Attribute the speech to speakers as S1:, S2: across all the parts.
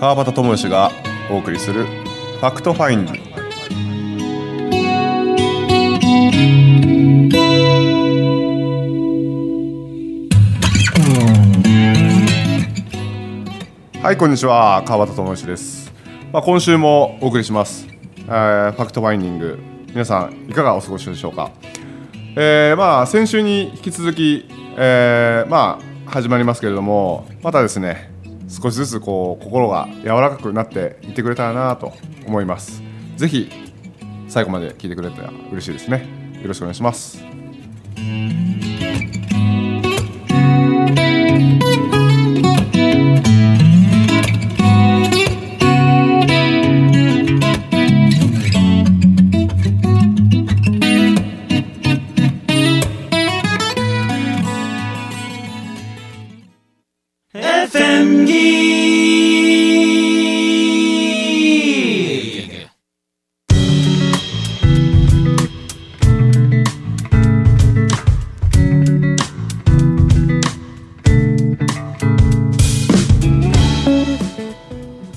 S1: 川端智義がお送りする「ファクトファインディ」はいこんにちは川端智義です、まあ、今週もお送りします、えーファクトファインディング皆さんいかがお過ごしでしょうかえーまあ、先週に引き続き、えーまあ、始まりますけれどもまたですね少しずつこう心が柔らかくなっていってくれたらなと思いますぜひ最後まで聞いてくれたら嬉しいですねよろしくお願いします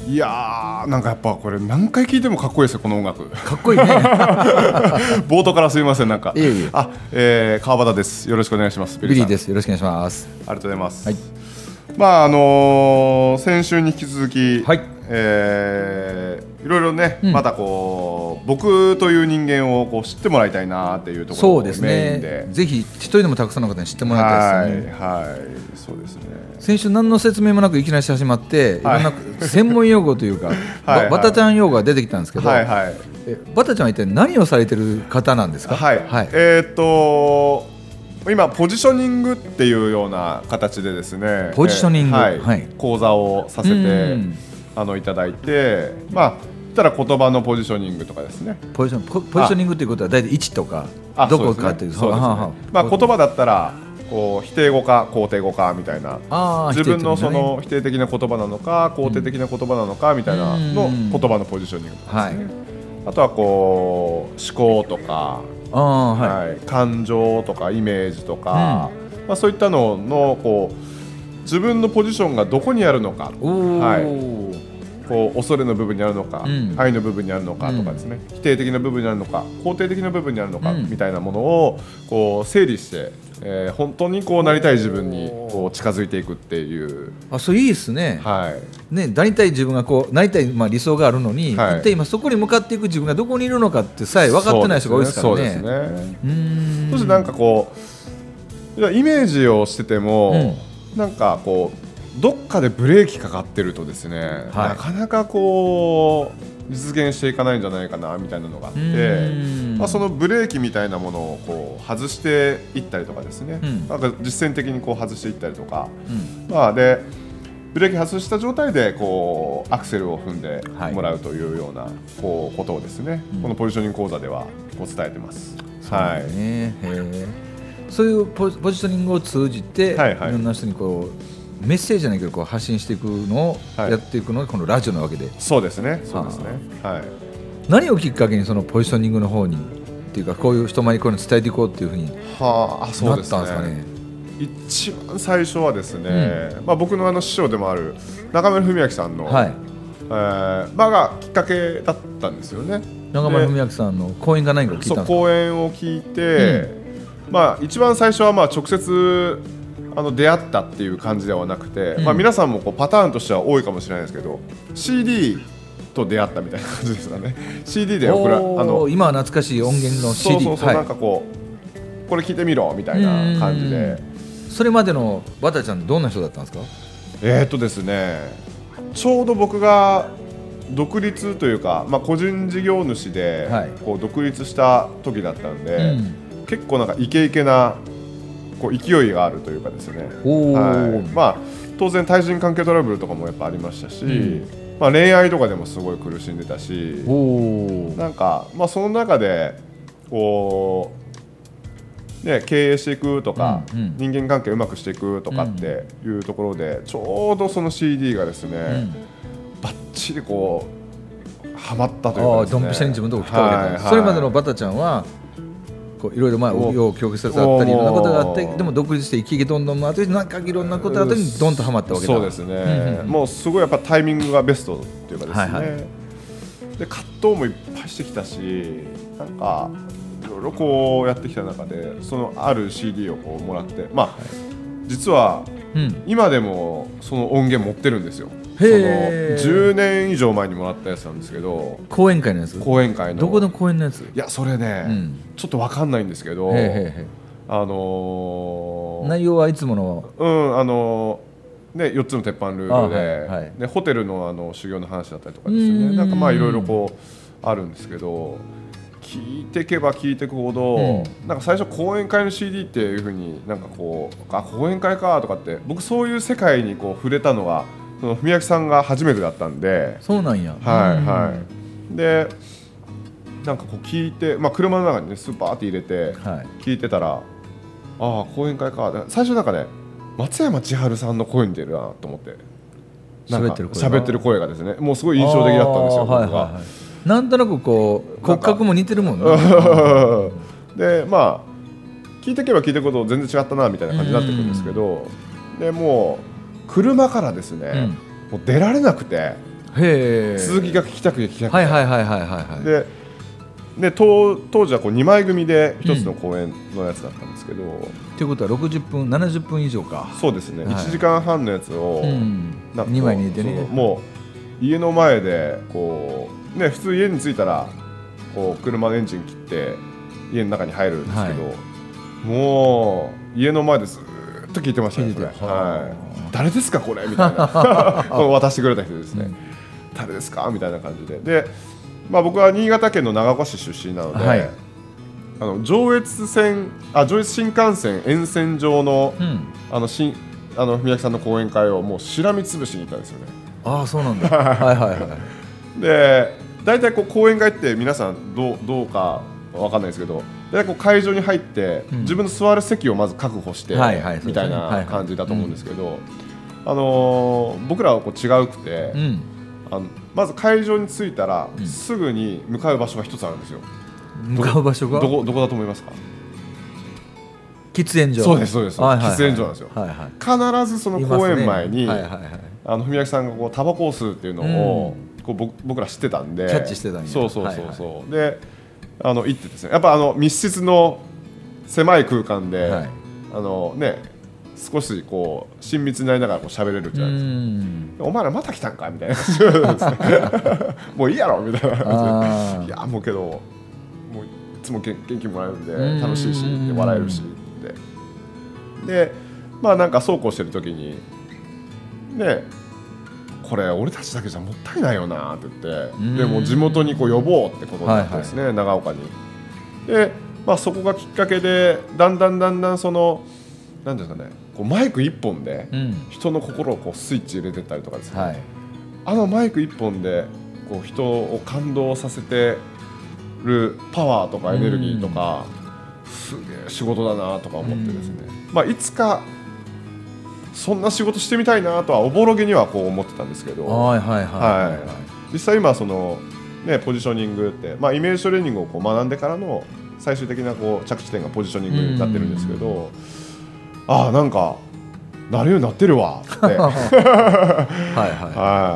S1: いやーなんかやっぱこれ何回聴いてもかっこいいですよこの音楽
S2: かっこいいね。
S1: 冒頭からすいませんなんか
S2: いえいえ
S1: あ、えー川端ですよろしくお願いしますビ
S2: ビリ
S1: さ
S2: ー
S1: ん
S2: です。よろしくお願いします。
S1: ありがとうございます。
S2: はい
S1: まああのー先週に引き続き、
S2: はい
S1: えーいろいろね、またこう僕という人間をこう知ってもらいたいなっていうところ
S2: そう
S1: をメ
S2: で
S1: イ
S2: す
S1: ンで
S2: ね。。ぜひ一人でもたくさんの方に知ってもらいた
S1: はい
S2: です
S1: い
S2: よね。
S1: はいそうですね。
S2: 先週何の説明もなくいきなり始まって、いろん
S1: は
S2: ない専門用語というか、
S1: はい
S2: ばバタちゃん用語が出てきたんですけど、
S1: はいはい
S2: えバタちゃんは一体何をされてる方なんですか？
S1: はい、
S2: はい。
S1: えーっと今ポジショニングっていうような形でですね
S2: ポジショニング
S1: えーは
S2: はいい、
S1: 講座をさせ
S2: う
S1: て
S2: ん
S1: あのいただいてまあ言ったら言葉のポジショニングとかですね
S2: ポジションポポジショニングということは大体位置とか
S1: あ
S2: どこかという
S1: そうですねそう
S2: はあ
S1: で
S2: は
S1: すねまあ言葉だったらこう否定語か肯定語かみたいな
S2: ああ
S1: 自分のそ
S2: 否
S1: の否定的な言葉なのか肯定的な言葉なのかみたいなの
S2: うん
S1: 言葉のポジショニングとかですね、
S2: は
S1: あとはこう思考とか、
S2: 定的なねああはい。
S1: はい感情とかイメージとか、まあ、そういったののこう自分のポジションがどこにあるのか
S2: おお、
S1: はいこう恐れの部分にあるのか、
S2: うん
S1: 愛の部分にあるのかとかですね、否定的な部分にあるのか肯定的な部分にあるのか、
S2: うん
S1: みたいなものをこう整理して、えー本当にこうなりたい自分にこう近づいていくっていう、
S2: あそういいですね。
S1: はい、
S2: ね、なりたい自分がこうなりたい、まあ、理想があるのに、
S1: はい
S2: 一体今そこに向かっていく自分がどこにいるのかってさえ分かってない人が多いですからね。
S1: そうですね
S2: うーん
S1: そしてなんかこういやイメージをしてても、なんかこうどっかでブレーキかかってるとですね、
S2: はい
S1: なかなかこう実現していかないんじゃないかなみたいなのがあっ
S2: う
S1: て
S2: ーん
S1: まあ、そのブレーキみたいなものをこう外していったりとかですね、
S2: うん
S1: なんか実践的にこう外していったりとか、
S2: うん
S1: まあ、でブレーキ外した状態でこうアクセルを踏んで
S2: はい
S1: もらうというようなこうことをですね、
S2: うん
S1: このポジショニング講座ではこう伝えてます。
S2: そう
S1: は
S2: なん
S1: い
S2: ですねへーそういうポジポジショニングを通じて、
S1: はい
S2: い
S1: はい
S2: ろんな人にこうメッセージじゃないけどこう発信していくのを
S1: はい
S2: やっていくのがこのラジオなわけで、
S1: そうですね。そうですね。はい。
S2: 何をきっかけにそのポジショニングの方にっていうかこういう人前にこういうの伝えていこうっていうふうになっ
S1: はあ、あ、
S2: た
S1: そ
S2: ん
S1: う
S2: で
S1: ですす
S2: か
S1: ね。
S2: ね。
S1: 一番最初はですね、まあ僕のあの師匠でもある中村文明さんの、
S2: はい
S1: えーまあがきっかけだったんですよね。
S2: 中村文明さんの講演か何かを聞い
S1: そ
S2: た
S1: うん
S2: ですか
S1: 講演を聞いて、まあ一番最初はまあ直接あの出会ったっていう感じではなくて、
S2: うん
S1: まあ皆さんもこうパターンとしては多いかもしれないですけど、CD と出会ったみたいな感じですかね。CD で送らあの
S2: おー今は懐かしい音源の CD
S1: そうそうそう、
S2: はい
S1: なんかこうこれ聞いてみろみたいな感じ
S2: うんうんう
S1: で
S2: んそれまでのバタちゃんどんな人だったんですか
S1: えーっとですねちょうど僕が独立というか、まあ、個人事業主で、
S2: はい
S1: こう独立した時だったんで、
S2: うん
S1: 結構なんかイケイケなこう勢いがあるというかですね、
S2: おー
S1: はいまあ、当然対人関係トラブルとかもやっぱありましたし、
S2: うん
S1: まあ、恋愛とかでもすごい苦しんでたし
S2: おお
S1: なんか、まあ、その中でこう、ね、経営していくとか、
S2: うんうん
S1: 人間関係うまくしていくとかっていうところで、ちょうどその CD がですね、ばっちりこうはまったという
S2: あ
S1: か
S2: あ
S1: ですね
S2: ドンピシャに自分のとこ来たわけだ、
S1: はいはい
S2: それまでのバタちゃんはこういろいろまあ
S1: お
S2: 紆余曲折あったりい
S1: お
S2: ろんなことがあって
S1: お
S2: でも独立して生き生きどんどんもあってなんかいろんなことあったにどんとはまったわけだ
S1: そうですね、もうすごいやっぱタイミングがベストっていうかですね、
S2: はいはい
S1: で葛藤もいっぱいしてきたしなんかいろいろこうやってきた中でそのある CD をこうもらってまあ、実は
S2: うん
S1: 今でもその音源持ってるんですよその
S2: へー
S1: 10年以上前にもらったやつなんですけど
S2: 講演会のやつ
S1: 講演会の
S2: どこの講演のやつ
S1: いやそれね、
S2: うん
S1: ちょっとわかんないんですけど
S2: へーへーへ
S1: あの
S2: ー
S1: ー
S2: 内容はいつもの
S1: うんあのね、4つの鉄板ルールで,、
S2: あはいはい
S1: でホテルのあの修行の話だったりとかですよ
S2: うーん
S1: ねなんかまあいろいろこうあるんですけど聞いていけば聞いていくほど、
S2: う
S1: なんか最初講演会の CD っていうふうになんかこうあ講演会かとかって僕そういう世界にこう触れたのはその文明さんが初めてだったんで
S2: そうなんや
S1: はいはいでなんかこう聞いて、まあ、車の中にねスーパーって入れて、
S2: いはい
S1: 聞いてたらああ講演会か最初なんかね松山千春さんの声に出るなと思ってなんか
S2: 喋ってる声が
S1: 喋ってる声がですねもうすごい印象的だったんですよ、
S2: あーはい
S1: 僕が
S2: はいはい、なんとなくこう
S1: なんか
S2: 骨格も似て るもんね
S1: でまあ聞いてけば聞いていくほど全然違ったなみたいな感じになってくるんですけど、でもう車からですね、もう出られなくて
S2: へえ
S1: 続きが聞きたくて聞きたくて、
S2: はいはいはいはいはいはい
S1: でで当当時はこう2枚組で1つの公演のやつだったんですけど、
S2: っていうことは60分70分以上か
S1: そうですね、
S2: はい
S1: 1時間半のやつを、
S2: ん
S1: なんか
S2: 2枚に入れて
S1: そう
S2: ね
S1: もう家の前でこうね普通家に着いたらこう車のエンジン切って家の中に入るんですけど、もう家の前でずーっと聞いてましたね
S2: 聞いてた
S1: それ
S2: は
S1: はい、誰ですかこれみたい なこう渡してくれた人ですね、誰ですかみたいな感じでで、まあ、僕は新潟県の長岡市出身なので、
S2: はい
S1: あの上越線あ上越新幹線沿線上の、
S2: うん
S1: あのしんあの文明さんの講演会をもうしらみつぶしに行ったんですよね
S2: ああそうなんだはいはいはい
S1: で大体こう講演会って皆さんどうどうかわかんないですけど大体こう会場に入って、
S2: うん
S1: 自分の座る席をまず確保して、
S2: はいはいそうですね
S1: みたい
S2: はいは
S1: ない感じだと思うんですけど、あのー僕らはこう違うくて、
S2: うん
S1: あのまず会場に着いたら、
S2: うん
S1: すぐに向かう場所が一つあるんですよ
S2: 向かう場所
S1: ど
S2: が
S1: こどこだと思いますか
S2: 喫煙所
S1: そうですそうです
S2: はいはいはい
S1: 喫煙所なんですよ
S2: はいはい
S1: 必ずその
S2: いますね
S1: 講演前に、
S2: はいはいはい
S1: あの文明さんがこうタバコを吸うっていうのを、こう僕僕ら知ってたんで
S2: キャッチしてたんや
S1: そうそうそうそう、であの行ってですねやっぱあの密室の狭い空間で、
S2: はい
S1: あのね少しこう親密になりながらこう喋れる
S2: う
S1: じゃないですか、
S2: ん
S1: お前らまた来たんかみたいな 感じなんですねもういいやろみたいな感
S2: あ
S1: じでい
S2: ー
S1: やもうけどもういつも元元気もらえるんで
S2: うん
S1: 楽しいしで笑えるしってでまあなんかそうこうしてる時にねこれ俺たちだけじゃもったいないよなって言って
S2: ん
S1: でもう地元にこう呼ぼうってことになってですね、長岡に。で、まあ、そこがきっかけでだんだんだんだんそのなんていうんですかねこうマイク一本で
S2: うん
S1: 人の心をこうスイッチ入れてったりとかですね、
S2: はい
S1: あのマイク一本でこう人を感動させてるパワーとかエネルギーとか、すげえ仕事だなとか思ってですね、まあ、いつかそんな仕事してみたいなとはおぼろげにはこう思ってたんですけど
S2: はいはいはい
S1: はい実際今その、ね、ポジショニングって、まあ、イメージトレーニングをこう学んでからの最終的なこう着地点がポジショニングになってるんですけど、ああなんかなるようになってるわって、
S2: はいはいは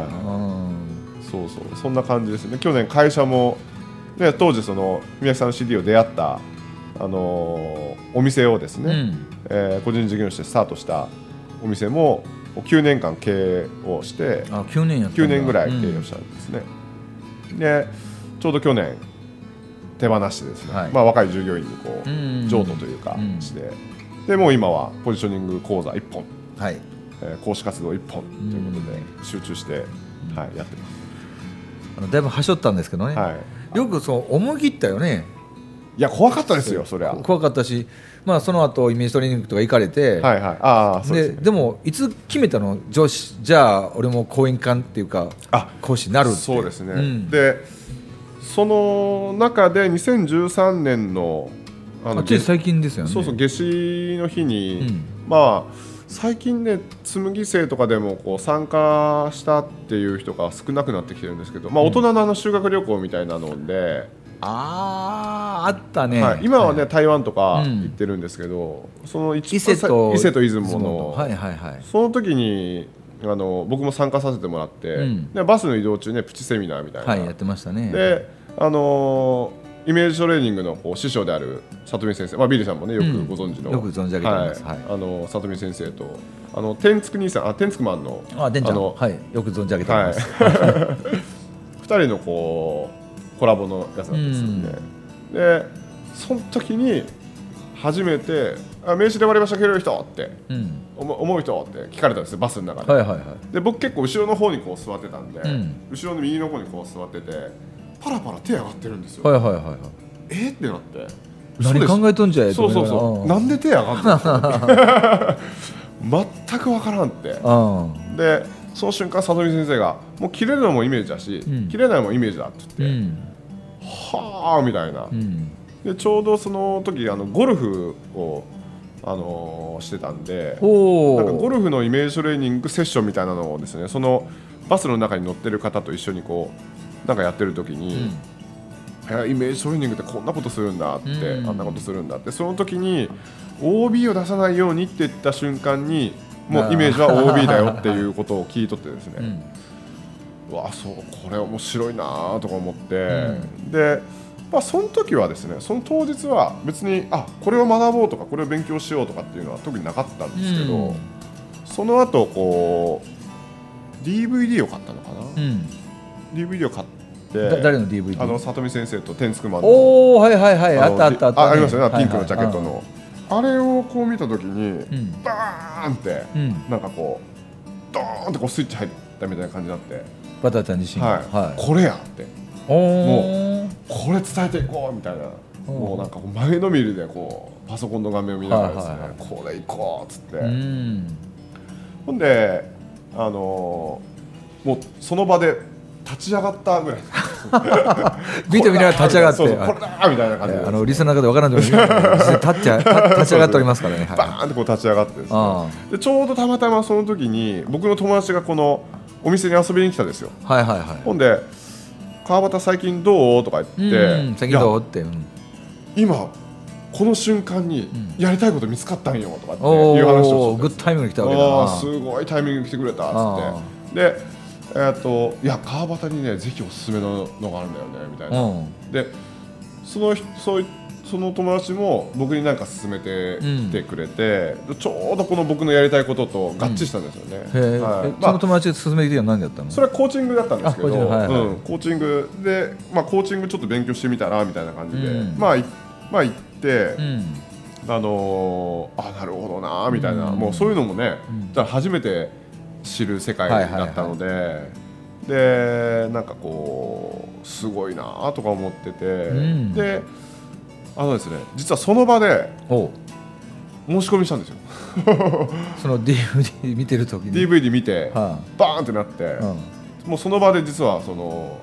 S1: はい
S2: いうん
S1: そうそうそんな感じですね去年会社も、ね、当時その宮城さんの CD を出会った、あのーお店をです
S2: う
S1: ね、
S2: ん
S1: えー個人事業主としてスタートしたお店も9年間経営をして
S2: あ9年やったんだ
S1: 9年ぐらい経営
S2: う
S1: を
S2: ん
S1: したんですね、でちょうど去年手放してですね、
S2: はい
S1: まあ、若い従業員にこ
S2: うん
S1: う譲渡というか
S2: うん
S1: して、でもう今はポジショニング講座1本、
S2: はい
S1: えー講師活動1本ということで集中して、はい、やってます。
S2: あのだいぶはしょったんですけどね、
S1: はい
S2: よくそう思い切ったよね
S1: いや怖かったですよ、そりゃ。はい
S2: 怖かったし、まあ、その後イメージトレーニングとか行かれて、
S1: はい。ああ、そうで
S2: です
S1: ね。
S2: でもいつ決めたの上司じゃあ俺も講演官っていうか
S1: あ
S2: 講師になるって
S1: そうですね。
S2: ん
S1: で、その中で2013年のあ
S2: あっち
S1: 下
S2: 最近ですよね
S1: そうそう下至の日に、
S2: うん
S1: まあ最近ね紬生とかでもこう参加したっていう人が少なくなってきてるんですけど、まあ大人のあの修学旅行みたいなので、
S2: あああったね、
S1: はい、今はね、台湾とか
S2: うん
S1: 行ってるんですけど、その一
S2: 伊勢と
S1: 伊勢と出雲の、
S2: はいはいはい
S1: その時にあの僕も参加させてもらって、
S2: うん
S1: でバスの移動中ねプチセミナーみたいな、
S2: はいやってましたね
S1: であのーイメージトレーニングのこう師匠である里見先生、まあ、ビリーさんもねよく
S2: うん
S1: ご存知の、
S2: よく存じ上げてます
S1: はい
S2: はい
S1: あの里見先生とあの天竺兄さんあ天竺マンの
S2: あでんちゃん
S1: の、
S2: はいよく存じ上げており
S1: は
S2: ま
S1: い
S2: す、、
S1: 2人のこうコラボのやつなんですよね、でその時に初めてあ名刺で割り箸かけれる人って
S2: うん
S1: 思思う人って聞かれたんですよバスの中で,、
S2: はいはいはい
S1: で僕結構後ろの方にこう座ってたんで、
S2: ん
S1: 後ろの右の方にこう座っててパラパラ手上がってるんですよ、
S2: はいはいはいはい
S1: えーってなって
S2: 何考えとんじゃ
S1: え
S2: い
S1: そうそうそうなんで手上がってるの全く分からんって
S2: あ
S1: でその瞬間里見先生がもう切れるのもイメージだし、
S2: うん
S1: 切れないのもイメージだって
S2: う
S1: 言って、
S2: ん
S1: はあみたいな
S2: う、ん
S1: でちょうどその時あのゴルフを、あのーしてたんで
S2: お
S1: なんかゴ
S2: お
S1: ルフのイメージトレーニングセッションみたいなのをですねそのバスの中に乗ってる方と一緒にこうなんかやってる時に、えイメージトレーニングってこんなことするんだって、
S2: うん
S1: あんなことするんだってその時に OB を出さないようにって言った瞬間にもうイメー ジは OB だよっていうことを聞いとってですね、
S2: うん
S1: うわそうこれ面白いなとか思って、
S2: う
S1: で、まあ、その時はですねその当日は別にあこれを学ぼうとかこれを勉強しようとかっていうのは特になかったんですけど、
S2: うん
S1: その後こう DVD を買ったのかな、
S2: うん、
S1: DVD を買って
S2: だ誰の DVD?
S1: あの里見先生と天竺マンの
S2: おおはいはいはい
S1: あ
S2: あっ
S1: の
S2: たあったあった、
S1: あありますよねピンクのジャケット
S2: はいはい
S1: の、あれをこう見た時に、
S2: うん
S1: バーンって、
S2: うん
S1: なんかこうドーンってこうスイッチ入ったみたいな感じになって、
S2: バターちゃん自身が
S1: はい
S2: はい
S1: これやって。
S2: おお
S1: これ伝えていこうみたいな、
S2: うん
S1: もうなんかこう前のめりでこうパソコンの画面を見ながらですね、
S2: はいはいはい
S1: これいこうっつって、
S2: うん
S1: ほんで、あのーもうその場で立ち上がったぐらい
S2: ビー ト見ながら立ち上がって
S1: そうそう
S2: はい
S1: これだーみたいな感じで、
S2: あのリスナーの方で分からんと 思いますけど立っちゃ立立ち上がっておりますからねはい
S1: バーンってこう立ち上がってですね
S2: あ
S1: でちょうどたまたまその時に僕の友達がこのお店に遊びに来たんですよ
S2: はいはいは
S1: ほんで川端最近どうとか
S2: い
S1: 言って、
S2: うん先ど
S1: いう
S2: ってうん
S1: や今この瞬間に
S2: う
S1: やりたいこと見つかったんよとかって
S2: お
S1: いう話
S2: お
S1: を
S2: ー
S1: して
S2: グッタイムに来たわけ
S1: あ
S2: だ
S1: あすごいタイミング来てくれたっ
S2: あ
S1: つってでえーっといや川端にねぜひおすすめののがあるんだよねみたい
S2: な
S1: な、
S2: うん
S1: でその人そういその友達も僕になんか勧めて
S2: うん
S1: きてくれて、でちょうどこの僕のやりたいことと合致したんですよね、
S2: へえ、
S1: はい
S2: え
S1: ま
S2: その
S1: あ
S2: 友達が勧めてきたのは何だったの
S1: それはコーチングだったんですけど
S2: あコーチングはいはい
S1: うん、コーチングで、まあ、コーチングちょっと勉強してみたらみたいな感じで、
S2: うん
S1: まあいまあ行って
S2: う、ん
S1: あのーあなるほどなみたいな、
S2: うん
S1: もうそういうのもね、
S2: うん
S1: だから初めて知る世界だったので、でなんかこうすごいなとか思ってて、
S2: ん
S1: であのですね実はその場で
S2: おう
S1: 申し込みしたんですよ、
S2: その DVD 見てる時に
S1: DVD 見て、
S2: は
S1: バーンってなって、
S2: あうん
S1: もうその場で実はその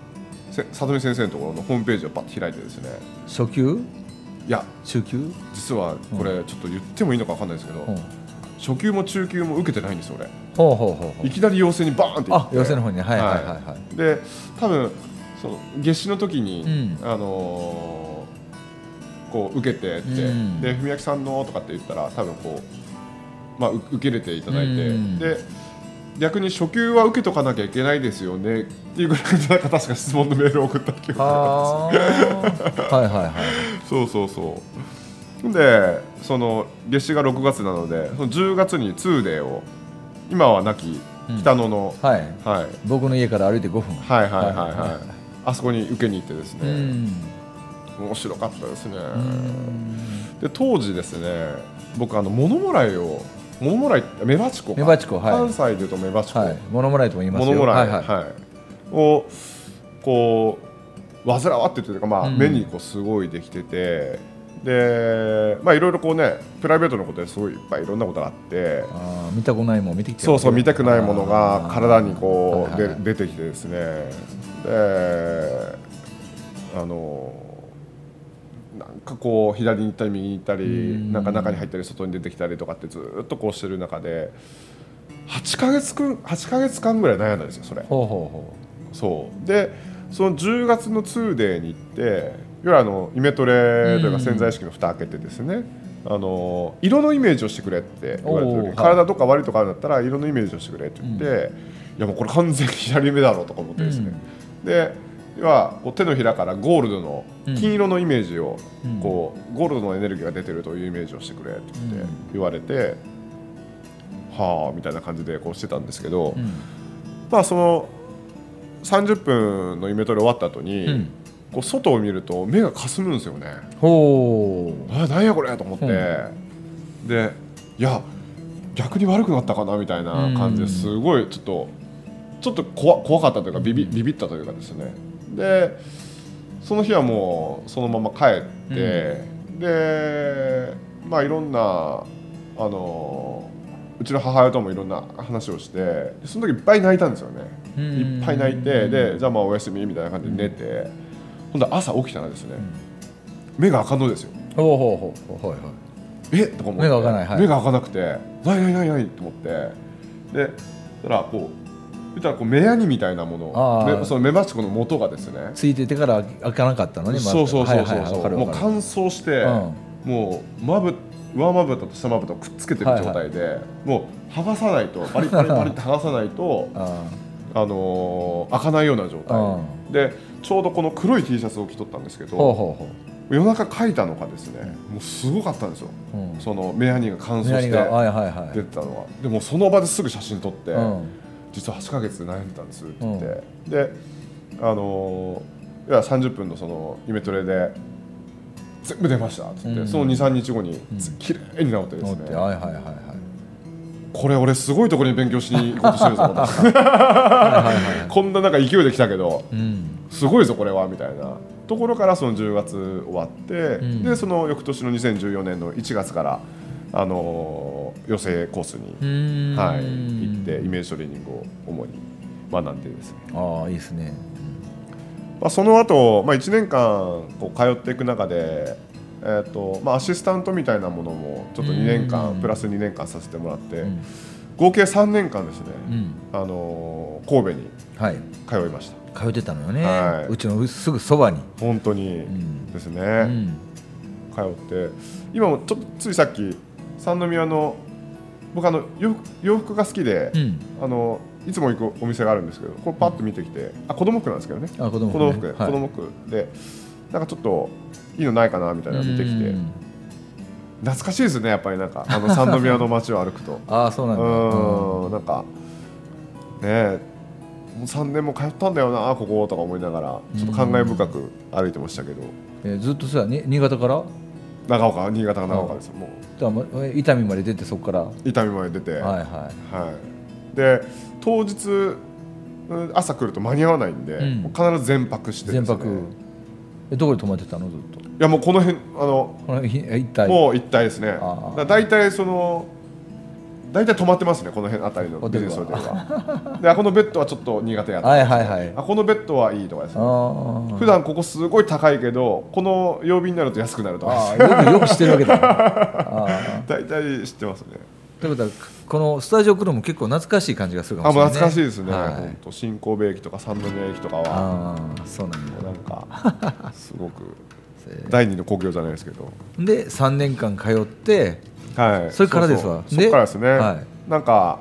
S1: せ里見先生のところのホームページをパッと開いてですね
S2: 初級
S1: いや
S2: 中級
S1: 実はこれちょっと言ってもいいのか分かんないですけど、
S2: うん
S1: 初級も中級も受けてないんですよ俺。
S2: ほうほうほうほう
S1: いきなり陽性にバーンって行っ
S2: あ
S1: て
S2: 寄せの方にねはいはいはいはい
S1: で多分その夏至の時に、
S2: うん
S1: あのーこう受けてって、
S2: うん
S1: で文明さんのとかって言ったら多分こう、まあ、う受け入れていただいて、
S2: うん
S1: で逆に初級は受けとかなきゃいけないですよねっていうぐらいなんか確か質問のメールを送った記憶があ
S2: はあーはいはいはい
S1: りますそうそうそうでその夏至が6月なのでその10月に 2day を今は亡き北野の、
S2: はい
S1: はい、
S2: 僕の家から歩いて5分
S1: はいはいはい
S2: はい
S1: はい、あそこに受けに行ってです
S2: う
S1: ね、
S2: ん
S1: 面白かったですね、
S2: うん
S1: で当時ですね僕あの物もらいを物もらいってメバチコか
S2: メバチコはい
S1: 関西でいうとメバチコ、
S2: はいモノモライとも言いますよ
S1: 物もらい、
S2: は
S1: はいい
S2: は
S1: をこう煩わってというか、まあ
S2: うん
S1: 目にこうすごいできててでまあいろいろこうねプライベートのことですごいいっぱいいろんなことがあって
S2: あー見たくないもん見てきて
S1: そうそう見たくないものが体にこう
S2: はい
S1: で
S2: はい
S1: 出てきてですねであのなんかこう左に行ったり右に行ったり
S2: ん
S1: なんか中に入ったり外に出てきたりとかってずっとこうしてる中で8ヶ月く8ヶ月間ぐらい悩んだんですよそれ
S2: ほうほ
S1: そうでその10月の 2day に行っていわゆるあのイメトレという
S3: う
S1: か
S3: ん
S1: 潜在意識の蓋開けてですね、あの色のイメージをしてくれって言われてる時
S2: おー
S1: 体とか悪いとかあるんだったら色のイメージをしてくれって言って、いやもうこれ完全に左目だろうとか思ってですね、で要はこう手のひらからゴールドの金色のイメージを、
S2: うん
S1: こうゴールドのエネルギーが出てるというイメージをしてくれって言って
S2: うん
S1: 言われて、はあみたいな感じでこうしてたんですけど、
S2: うん
S1: まあその30分のイメトレ終わった後に、
S2: うん
S1: こう外を見ると目がかすむんですよね。
S2: ほう
S1: あなんやこれと思って、でいや逆に悪くなったかなみたいな感じで
S2: うん
S1: すごいちょっとちょっと怖怖かったというかビビビビったというかですねでその日はもうそのまま帰って、でまあいろんなあのうちの母親ともいろんな話をしてでその時いっぱい泣いたんですよね
S2: うん
S1: いっぱい泣いてでじゃあまあおやすみみたいな感じで寝て、ほんで朝起きたらですね、目が赤のですよ
S2: ほうほうほうほうはいはい
S1: えとか思って
S2: 目が開かないはい
S1: 目が開かなくてないないないないと思ってでそしたらこう言ったらこう目やにみたいなも
S2: あ
S1: の
S2: ー
S1: めその目鉢この元がですね
S2: ついててから開かなかったのねまだ
S1: そうそうそうそ
S2: はい
S1: う
S2: はい
S1: そ
S2: はいうわかる
S1: もう
S2: わかる
S1: 乾燥して、もうまぶ上まぶたと下まぶたをくっつけてる状態で、もう剥がさないとバリッバリッバリッと剥がさないと
S2: あ
S1: あのー開かないような状
S2: あうん
S1: 態でちょうどこの黒い T シャツを着とったんですけ
S2: ほう
S1: ど
S2: ほうほ
S1: 夜中描いたのがですねもうすごかったんですよ
S2: ううん
S1: その目やにが乾燥し
S2: 何
S1: て
S2: が。はいはいはい
S1: 出てたのはでもその場ですぐ写真撮って、
S2: うん
S1: 実は8ヶ月で悩んでたんですって言って、
S2: う
S1: であのーいや30分のそのイメトレで全部出ましたって言って、
S2: うん
S1: その23日後に
S2: ん
S1: つ綺麗に治ってです
S2: 思
S1: ね
S2: っ、てはいはいはいはい
S1: これ俺すごいところに勉強しに行こうとしてるぞ
S2: はいはいはい
S1: こんななんか勢いで来たけど
S2: うん
S1: すごいぞこれはみたいなところからその10月終わって、
S2: ん
S1: でその翌年の2014年の1月から、あのー養成コースに
S2: うーん
S1: はい、行ってイメージトレーニングを主に学んでですね、
S2: ああいいですね
S1: まあ、その後、まあ1年間こう通っていく中で、えーとまあ、アシスタントみたいなものもちょっと2年間
S2: うん
S1: プラス2年間させてもらって、
S2: うん
S1: 合計3年間ですね、
S2: うん
S1: あのー神戸に
S2: はい
S1: 通いました
S2: 通ってたのよね、
S1: はいう
S2: ちのすぐそばに、
S1: 本当に
S2: ん
S1: ですね、
S2: うん、
S1: 通って今もちょっとついさっき三宮の僕あの洋服洋服が好きで、
S2: うん、
S1: あのいつも行くお店があるんですけどこれパッと見てきて、あ子供服なんですけどね
S2: あ子供
S1: 子供服
S2: ね
S1: で、
S2: はい
S1: 子供服でなんかちょっといいのないかなみたいなの見てきて
S2: うん
S1: 懐かしいですねやっぱりなんかあの三宮の街を歩くと
S2: あ あそうなんだ
S1: うんなんかねえもう3年も通ったんだよなここをとか思いながらちょっと感慨深く歩いてましたけど
S2: えーずっとさに新潟から
S1: 長岡新潟の長岡ですも
S2: だまえ伊丹まで出てそこからは
S1: う伊丹まで出て、
S2: いは
S1: はい、で当日うん朝来ると間に合わないんで、
S2: うん
S1: もう必ず全泊し
S2: い
S1: てです
S2: 全
S1: ね
S2: 泊えどこで泊まってたのずっと
S1: いやもうこの辺あの
S2: このひえ一体
S1: もう一体ですね。だ
S2: あー
S1: から大体その大体止まってますねこの辺あたりの
S2: ホ
S1: ビ
S2: テ
S1: ジ
S2: ル
S1: ネ
S2: は
S1: スホテルは。であこのベッドはちょっと苦手やと
S2: はいはいはい
S1: あこのベッドはいいとかですね。
S2: ああ
S1: 普段ここすごい高いけどこの曜日になると安くなるとかです
S2: ああよくよくしてるわけだああ
S1: 大体知ってますね。
S2: ということはこのスタジオ来るのも結構懐かしい感じがするか
S1: あ
S2: もし
S1: もう
S2: れない、ね、
S1: 懐かしいですね。
S2: は
S1: ほん
S2: い、
S1: と新神戸駅とか三宮駅とかは
S2: ああそうなんだ
S1: なんかすごく第二の故郷じゃないですけど。
S2: で3年間通って
S1: はい、
S2: それからですわ
S1: そうそう
S2: で
S1: そっからですね、
S2: は
S1: なんか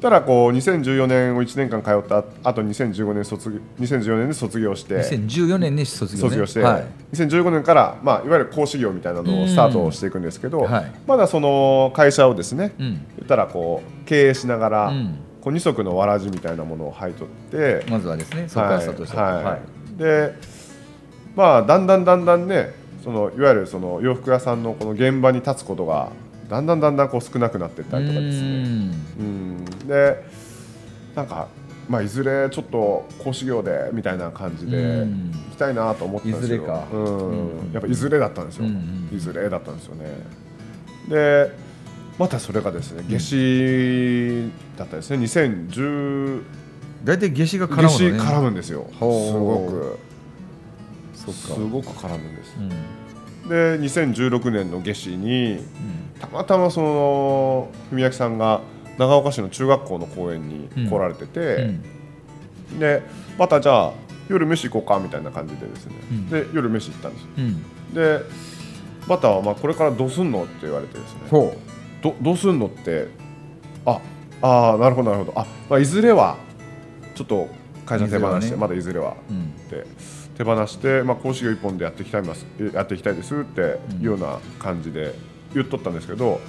S1: ただこう2014年を1年間通ったあと2015年卒業2014年で卒業して
S2: 2014年に卒業、ね、
S1: 卒業して、
S2: はい、
S1: 2015年から、まあ、いわゆる講師業みたいなのをスタートしていくんですけど、
S2: うんはい
S1: まだその会社をですね、
S2: うん
S1: 言ったらこう経営しながら、
S2: うん
S1: こう二足のわらじみたいなものを履いとって、
S2: まずはですねそこからスタートした
S1: はいはいでまあだんだんだんだんねそのいわゆるその洋服屋さんのこの現場に立つことがだんだんだんだんこう少なくなっていったりとかですねうんでなんか、まあ、いずれちょっと講師業でみたいな感じで
S2: う
S1: 行
S2: ん
S1: きたいなと思ってたんですけど
S2: いずれか
S1: うん、やっぱいずれだったんですよ、
S2: うんうん
S1: いずれだったんですよねでまたそれがですね夏至だったですね2010
S2: 大体夏至が絡む
S1: 下
S2: の
S1: 肢
S2: ね
S1: 絡むんですよすご
S2: ほ
S1: く
S2: そっ
S1: す
S2: か
S1: ごく絡むんです
S2: うん
S1: で2016年の下肢にたまたまその文明さんが長岡市の中学校の公園に来られてて、でまたじゃあ夜飯行こうかみたいな感じでですね、
S2: うん
S1: で夜飯行ったんですよ
S2: うん
S1: でバターはまあこれからどうすんのって言われてですね
S2: ほ
S1: どどうすんのってああーなるほどなるほどあ、まあ、いずれはちょっと会社手放
S2: い
S1: し
S2: ず
S1: て、
S2: れはね
S1: まだいずれは
S2: う、うん、
S1: って手放して、まあ、講師業一本でやっていきたいますやっていきたいですっていうような感じで言っとったんですけど、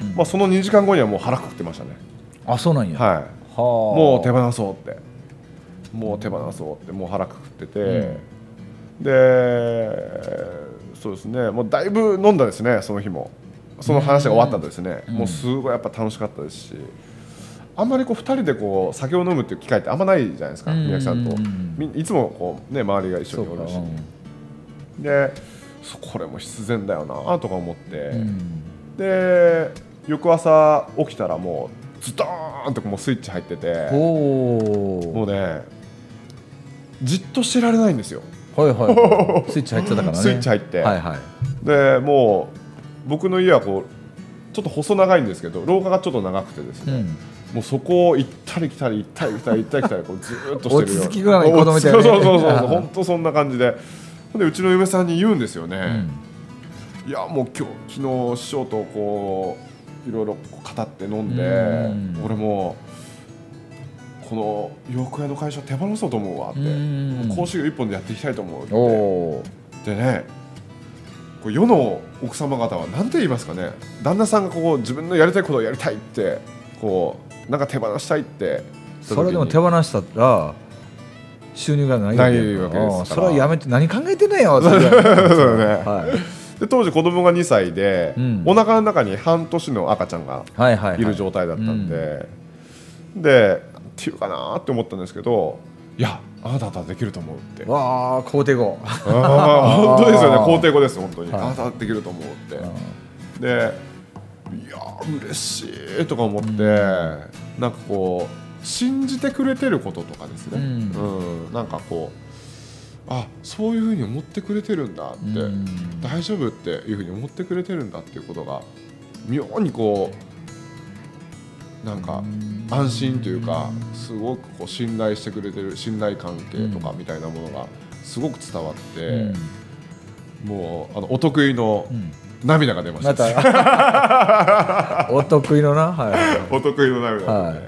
S2: うん
S1: まあ、その2時間後にはもう腹くくってましたね、
S2: あそうなんや、は
S1: はい、
S2: あ
S1: もう手
S2: 放
S1: 放そうってもう手放そうってもう腹くくってて、でそうですねもうだいぶ飲んだですねその日もその話が終わったんですね、
S2: うん
S1: もうすごいやっぱ楽しかったですしあんまりこう2人でこう酒を飲むっていう機会ってあんまないじゃないですか、
S2: うん
S1: 宮城さんと
S2: うん
S1: みいつもこう、ね、周りが一緒
S2: そう
S1: にお
S2: か
S1: るし
S2: う。ん
S1: でそこれも必然だよなとか思って、
S2: うん
S1: で翌朝起きたらもうズドーンともうスイッチ入ってても
S2: お
S1: うねじっとしてられないんですよ
S2: おはいはいは いスイッチ入ってたからね
S1: スイッチ入って
S2: はいはい
S1: でもう僕の家はこうちょっと細長いんですけど廊下がちょっと長くてです
S2: う
S1: ね、
S2: ん
S1: もうそこを行ったり来たり行ったり来たり行ったり来たり こうずーっとしてるような
S2: 落ち着きがない子供みたいなね
S1: そうそうそうそう
S2: あー
S1: 本当そんな感じででうちの嫁さんに言うんですよね、
S2: うん
S1: いやもう今日昨日師匠とこういろいろ語って飲んで
S2: うん
S1: 俺もうこの洋服屋の会社手放そうと思うわって
S2: うん
S1: 講師業一本でやっていきたいと思うっ
S2: お
S1: てで
S2: お
S1: ねこう世の奥様方は何て言いますかね旦那さんがこう自分のやりたいことをやりたいってこうなんか手放したいって
S2: それでも手
S1: 放
S2: 放したら収入がないわけや
S1: ないわけですから
S2: ああそれはやめて何考えてんねんよそ れ
S1: そうだね
S2: はい
S1: で当時子供が2歳で、
S2: うん
S1: お腹の中に半年の赤ちゃんが
S2: はいはいはい
S1: いる状態だったんで、でなんていうかなって思ったんですけどいやあなたはできると思う って
S2: わあ肯定語
S1: あー本当ですよね
S2: あー
S1: 肯定語です本当に、
S2: はい
S1: あなたはできると思うってでいやー嬉しいとか思って、
S2: うん
S1: なんかこう信じてくれてることとかですね、
S2: う
S1: うんなんかこうあそういうふうに思ってくれてるんだって、
S2: うん
S1: 大丈夫っていうふうに思ってくれてるんだっていうことが妙にこうなんか安心というかすごくこう信頼してくれてる信頼関係とかみたいなものがすごく伝わって、
S2: うん
S1: もうあのお得意の
S2: うん
S1: 涙が出ました、
S2: またお得意のなはいはいはい
S1: お得意の涙が出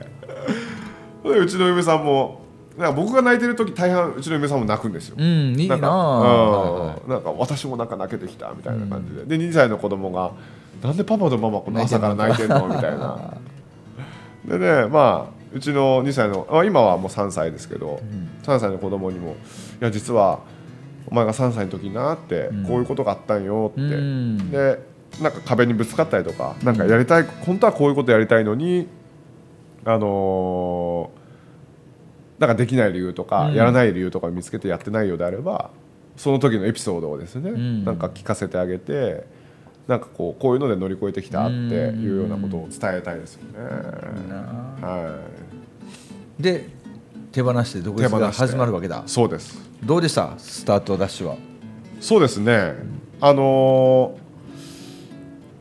S1: て、 でうちの嫁さんもなんか僕が泣いてる時大半うちの嫁さんも泣くんですよ。
S2: うんいいな
S1: なんかうん
S2: は
S1: なんか私もなんか泣けてきたみたいな感じで、で2歳の子供がなんでパパとママこの朝から泣いてん のみたいなでねまあうちの2歳のあ今はもう3歳ですけど、3歳の子供にも「いや実はお前が3歳の時になって、
S2: うん
S1: こういうことがあったんよ」って、
S2: いはいうん
S1: でなんか壁にぶつかったりとかなんかやりたい本当はこういうことやりたいのにあのーなんかできない理由とか、
S2: うん
S1: やらない理由とか見つけてやってないようであればその時のエピソードをですね、
S2: ん
S1: なんか聞かせてあげてなんかこうこういうので乗り越えてきたっていうようなことを伝えたいですよね。
S2: な
S1: は
S2: で手放して独立
S1: 手
S2: が
S1: 放して
S2: 始まるわけだ
S1: い、そうです
S2: どうでしたスタートダッシュは
S1: そうですね、あのー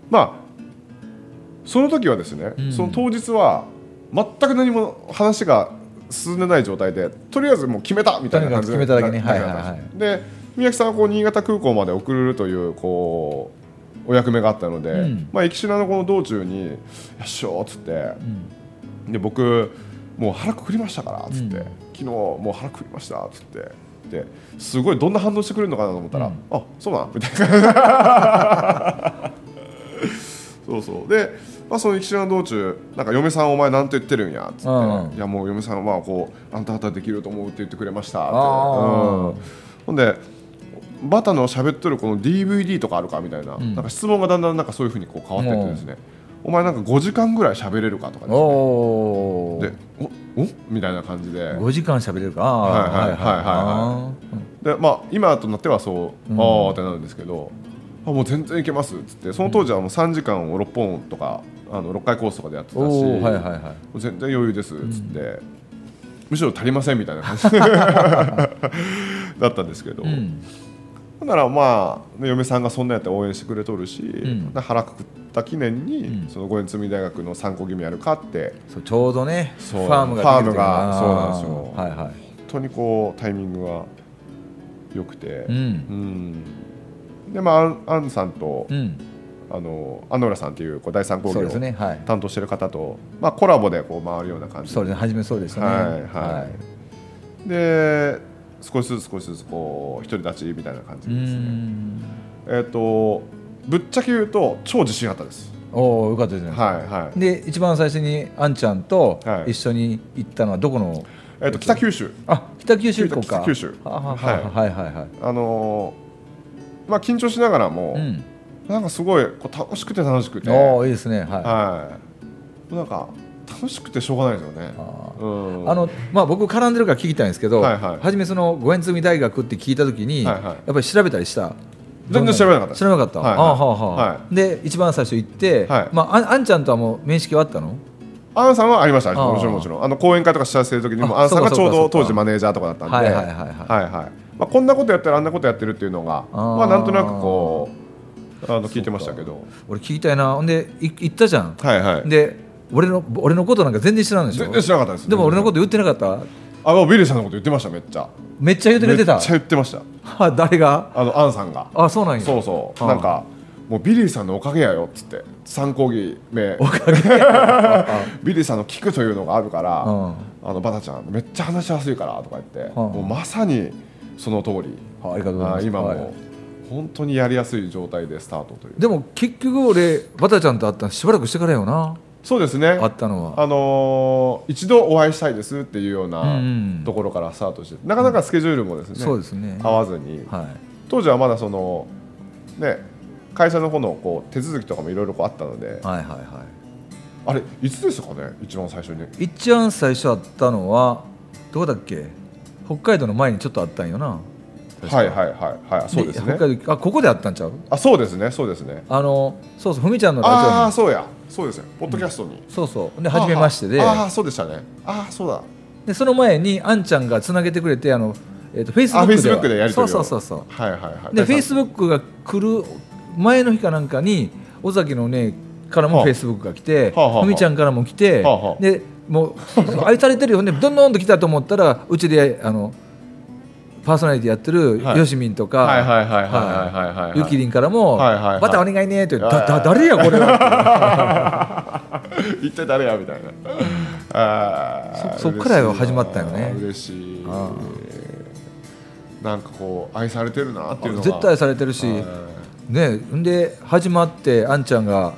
S1: まあ、その時はですね、
S2: うん
S1: その当日は全く何も話が進んでない状態で、とりあえずもう決めたみたいな感じ
S2: と
S1: で
S2: にかく決めただけね
S1: な
S2: はいはいは
S1: で宮城さんはこう新潟空港まで送るというこうお役目があったので、
S2: うん
S1: まあ、駅品のこの道中に、よっしょーっつって。
S2: うん
S1: で僕もう腹くくりましたからっつって、
S2: うん
S1: 昨日もう腹くくりましたっつってですごいどんな反応してくれるのかなと思ったら、
S2: うん
S1: あそうなんみたいな そうそうで、まあ、その歴史の道中なんか嫁さんお前なんて言ってるんやっつって、
S2: うん
S1: いやもう嫁さんはこうあんた方できると思うって言ってくれましたって、
S2: あー
S1: うんほんでバタの喋っとるこの DVD とかあるかみたいな,、
S2: ん
S1: なんか質問がだんだんなんかそういうふうにこう変わってってですね、お前なんか5時間ぐらい喋れるかとかですね
S2: おお
S1: でおおみたいな感じで
S2: 5時間喋れるかあー
S1: はいはい
S2: は
S1: で、まあ、今となってはそう、
S2: うん
S1: ああってなるんですけどあもう全然いけますっつってその当時はもう3時間を6本とかあの6回コースとかでやってたし、
S2: おおーはいはいはい
S1: もう全然余裕ですっつって、むしろ足りませんみたいな感じだったんですけど、
S2: うん
S1: だからまあね嫁さんがそんなんやって応援してくれとるし、
S2: ん
S1: で腹くくった記念に、
S2: うん
S1: その五円積み大学の参考義務やるかって
S2: そうちょうどねフ
S1: そう
S2: ァームが
S1: ファー
S2: で
S1: ム
S2: きてるから
S1: がそうなんですよ
S2: はいは
S1: 本
S2: い
S1: 当にこうタイミングが良くて
S2: う、ん
S1: うんでまあアンアンさんと、
S2: うん
S1: あの安野浦さんというこう第三工
S2: そ
S1: 業を
S2: うですねはい
S1: 担当してる方と、まあ、コラボでこう回るような感じ
S2: そうですね初めそうでしたね
S1: はいはいで少しずつ少しずつこう独り立ちみたいな感じ
S2: う
S1: でですね
S2: ん
S1: えっ、とぶっちゃけ言うと超自信あったです
S2: おおよかったですね
S1: はいはい
S2: で一番最初にあんちゃんと
S1: はい
S2: 一緒に行ったのはどこの
S1: えっと北九州
S2: あ北九州港か
S1: 北九州
S2: ははははいはいはい
S1: あのーまあ緊張しながらも、
S2: うん
S1: なんかすごいこう楽しくて楽しくて
S2: おおいいですねはい
S1: はいなんか楽しくてしょうがないですよね
S2: あ
S1: うん
S2: あのまあ、僕、絡んでるから聞きたいんですけど、
S1: はいはい
S2: 初め、その五円積み大学って聞いたときに、
S1: はいはい
S2: やっぱり調べたりした、
S1: 全然調べなかった
S2: 知らなかった、
S1: はいはい
S2: ああはあはあ
S1: は
S2: で、一番最初行って、
S1: はい
S2: まあ、ああんちゃんとはもう面識はあったの
S1: アンさんはありました
S2: あー
S1: もちろんもちろんあの講演会とか主催してる時にも
S2: あ
S1: アンさんが
S2: そう
S1: ちょう
S2: かそう
S1: ど
S2: かそうか
S1: 当時マネージャーとかだったんで
S2: は
S1: はいい
S2: は
S1: はいい
S2: はいはい
S1: まあこんなことやったらあんなことやってるっていうのが
S2: あー
S1: まあなんとなくこうあの聞いてましたけど
S2: 俺、聞きたいな、ほんで、い行ったじゃん、
S1: はいはい
S2: で俺の俺のことなんか全然知らんでしょ
S1: 全然知らなかったです
S2: でも俺のこと言ってなかった、
S1: あもうビリーさんのこと言ってましためっちゃ
S2: めっちゃ言ってく
S1: め
S2: れ
S1: ってち
S2: た
S1: ゃ、言ってました
S2: あ誰が、
S1: あのアンさんが
S2: あそうなんや、
S1: そうそう
S2: あー
S1: なんかもうビリーさんのおかげやよっつって参考義名 ビリーさんの聞くというのがあるから、
S2: うん
S1: あのバタちゃんめっちゃ話しやすいからとか言って、
S2: うん
S1: もうまさにその通り、
S2: あありがとうござい
S1: あ
S2: ます。
S1: ー今も、
S2: はい
S1: 本当にやりやすい状態でスタートという
S2: でも結局俺バタちゃんと会ったのしばらくしてからよな
S1: そうですね
S2: 会ったのは
S1: あのー一度お会いしたいですっていうよう
S2: うん
S1: な
S2: うん
S1: ところからスタートして、なかなかスケジュールもですね、
S2: そうですね
S1: 合わずに
S2: は
S1: 当時はまだそのね会社の方のこう手続きとかもいろいろこうあったので
S2: い、はいはいは
S1: あれいつですかね一番最初に
S2: い一番最初会ったのはどこだっけ北海道の前にちょっとあったんよな
S1: はいはいはいはいそうですね
S2: 北海道あここで会ったんちゃう
S1: あそうですねそうですね
S2: あのそうそうふみちゃんの
S1: ああー
S2: ラジ
S1: そうやそうですよポッドキャストに、
S2: オにそうそうで初めましてで
S1: ああそうでしたねああそうだ
S2: でその前にあんちゃんがつなげてくれてあのえっとフェイスブ
S1: あフェイスブ
S2: ッ
S1: ッ
S2: ク
S1: クでやり取り
S2: そ
S1: を
S2: うそうそうそう
S1: はいはいはい
S2: で
S1: 第
S2: フ
S1: 三
S2: ェイスブックが来る前の日かなんかに尾崎のねからも
S1: はあ
S2: フェイスブックが来てふ
S1: は
S2: み、
S1: あはあはあ
S2: ちゃんからも来て、
S1: はあはあ
S2: でもう愛されてるよねどんどんと来たと思ったらうちであのパーソナリティやってる
S1: はい
S2: よしみんとか、
S1: はいはいはいはいはいはいはい
S2: ゆきりんからも、
S1: はいはいはい
S2: バターお願いね」って言って「
S1: はい
S2: だだ誰やこれは」
S1: 一体誰やみたいなあー
S2: そそっからよ
S1: 嬉しいな
S2: 始まったよね
S1: 嬉しい
S2: あ
S1: なんかこう愛されてるなっていうのが
S2: 絶対されてるし、
S1: はい
S2: ね、んで始まってあんちゃんが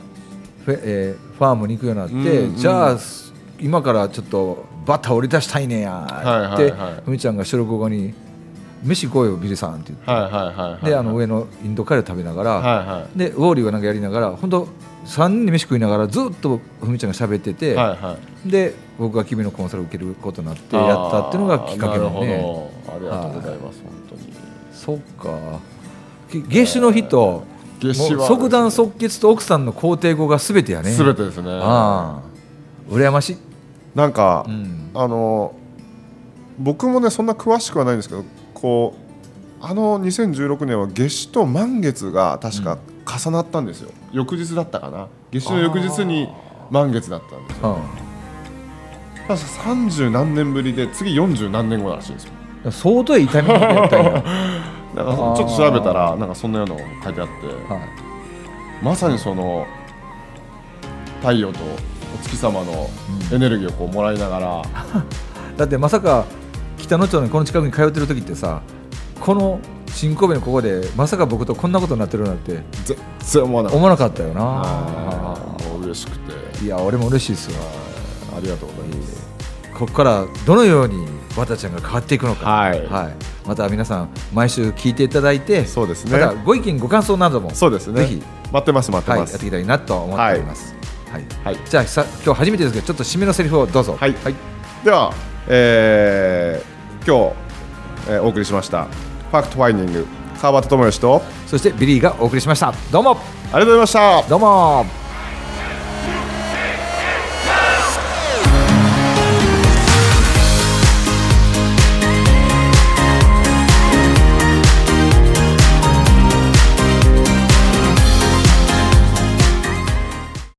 S2: フェ,、えーファームに行くようになって、
S1: うんうん
S2: じゃあす今からちょっとバッター折り出したいねやっ
S1: は
S2: て
S1: いはいはい
S2: ふみちゃんが収録後に「飯来いよビリさん」って言って、
S1: はいはいはいはい
S2: であの上のインドカレー食べながら、
S1: はいは
S2: でウォーリーはなんかやりながら本当3人で飯食いながらずっとふみちゃんが喋って
S1: い
S2: て、
S1: はいはい
S2: で僕が君のコンサルを受けることになってやったっていうのがきっかけだ
S1: あーなる
S2: ね
S1: ほどありがとうございます本当に
S2: そっかげ月収の日と
S1: 夏至は
S2: もう即断即決と奥さんの肯定語がすべてやね
S1: すべてですね
S2: ああ羨ましい、
S1: なんか
S2: うん、
S1: あの僕もねそんな詳しくはないんですけどこうあの2016年は夏至と満月が確か重なったんですよ、翌日だったかな夏至の翌日に満月だったんですよ確か30何年ぶりで次40何年後らしいんですよ
S2: うん、相当いいタイミングでやったん や、
S1: なんかち
S2: あー
S1: ょっと調べたらなんかそんなようなのが書いてあって
S2: はい
S1: まさにその太陽とお月様のエネルギーをこうもらいながら、
S2: だってまさか北野町のこの近くに通ってる時ってさこの新神戸のここでまさか僕とこんなことになってるなんて
S1: 全然思わなかっ
S2: 思わなかったよ
S1: た
S2: な
S1: はいもう嬉しくて
S2: いや俺も嬉しいですよ
S1: ありがとうございます。
S2: ここからどのようにわたちゃんが変わっていくのか、
S1: はい
S2: また皆さん毎週聞いていただいて
S1: そうです
S2: ま
S1: ね。
S2: たご意見ご感想なども
S1: そうですね。
S2: ぜひ
S1: 待ってます待って
S2: はい、や
S1: ま
S2: って
S1: す。
S2: いきたいなと思っております。はい、
S1: はい
S2: じゃあ、さ、今日初めてですけど、ちょっと締めのセリフをどうぞ。
S1: はいでは、えー、今日、えー、お送りしましたファクトファインディング川端智義と
S2: そしてビリーがお送りしました。どうも、
S1: ありがとうございました。
S2: どうも。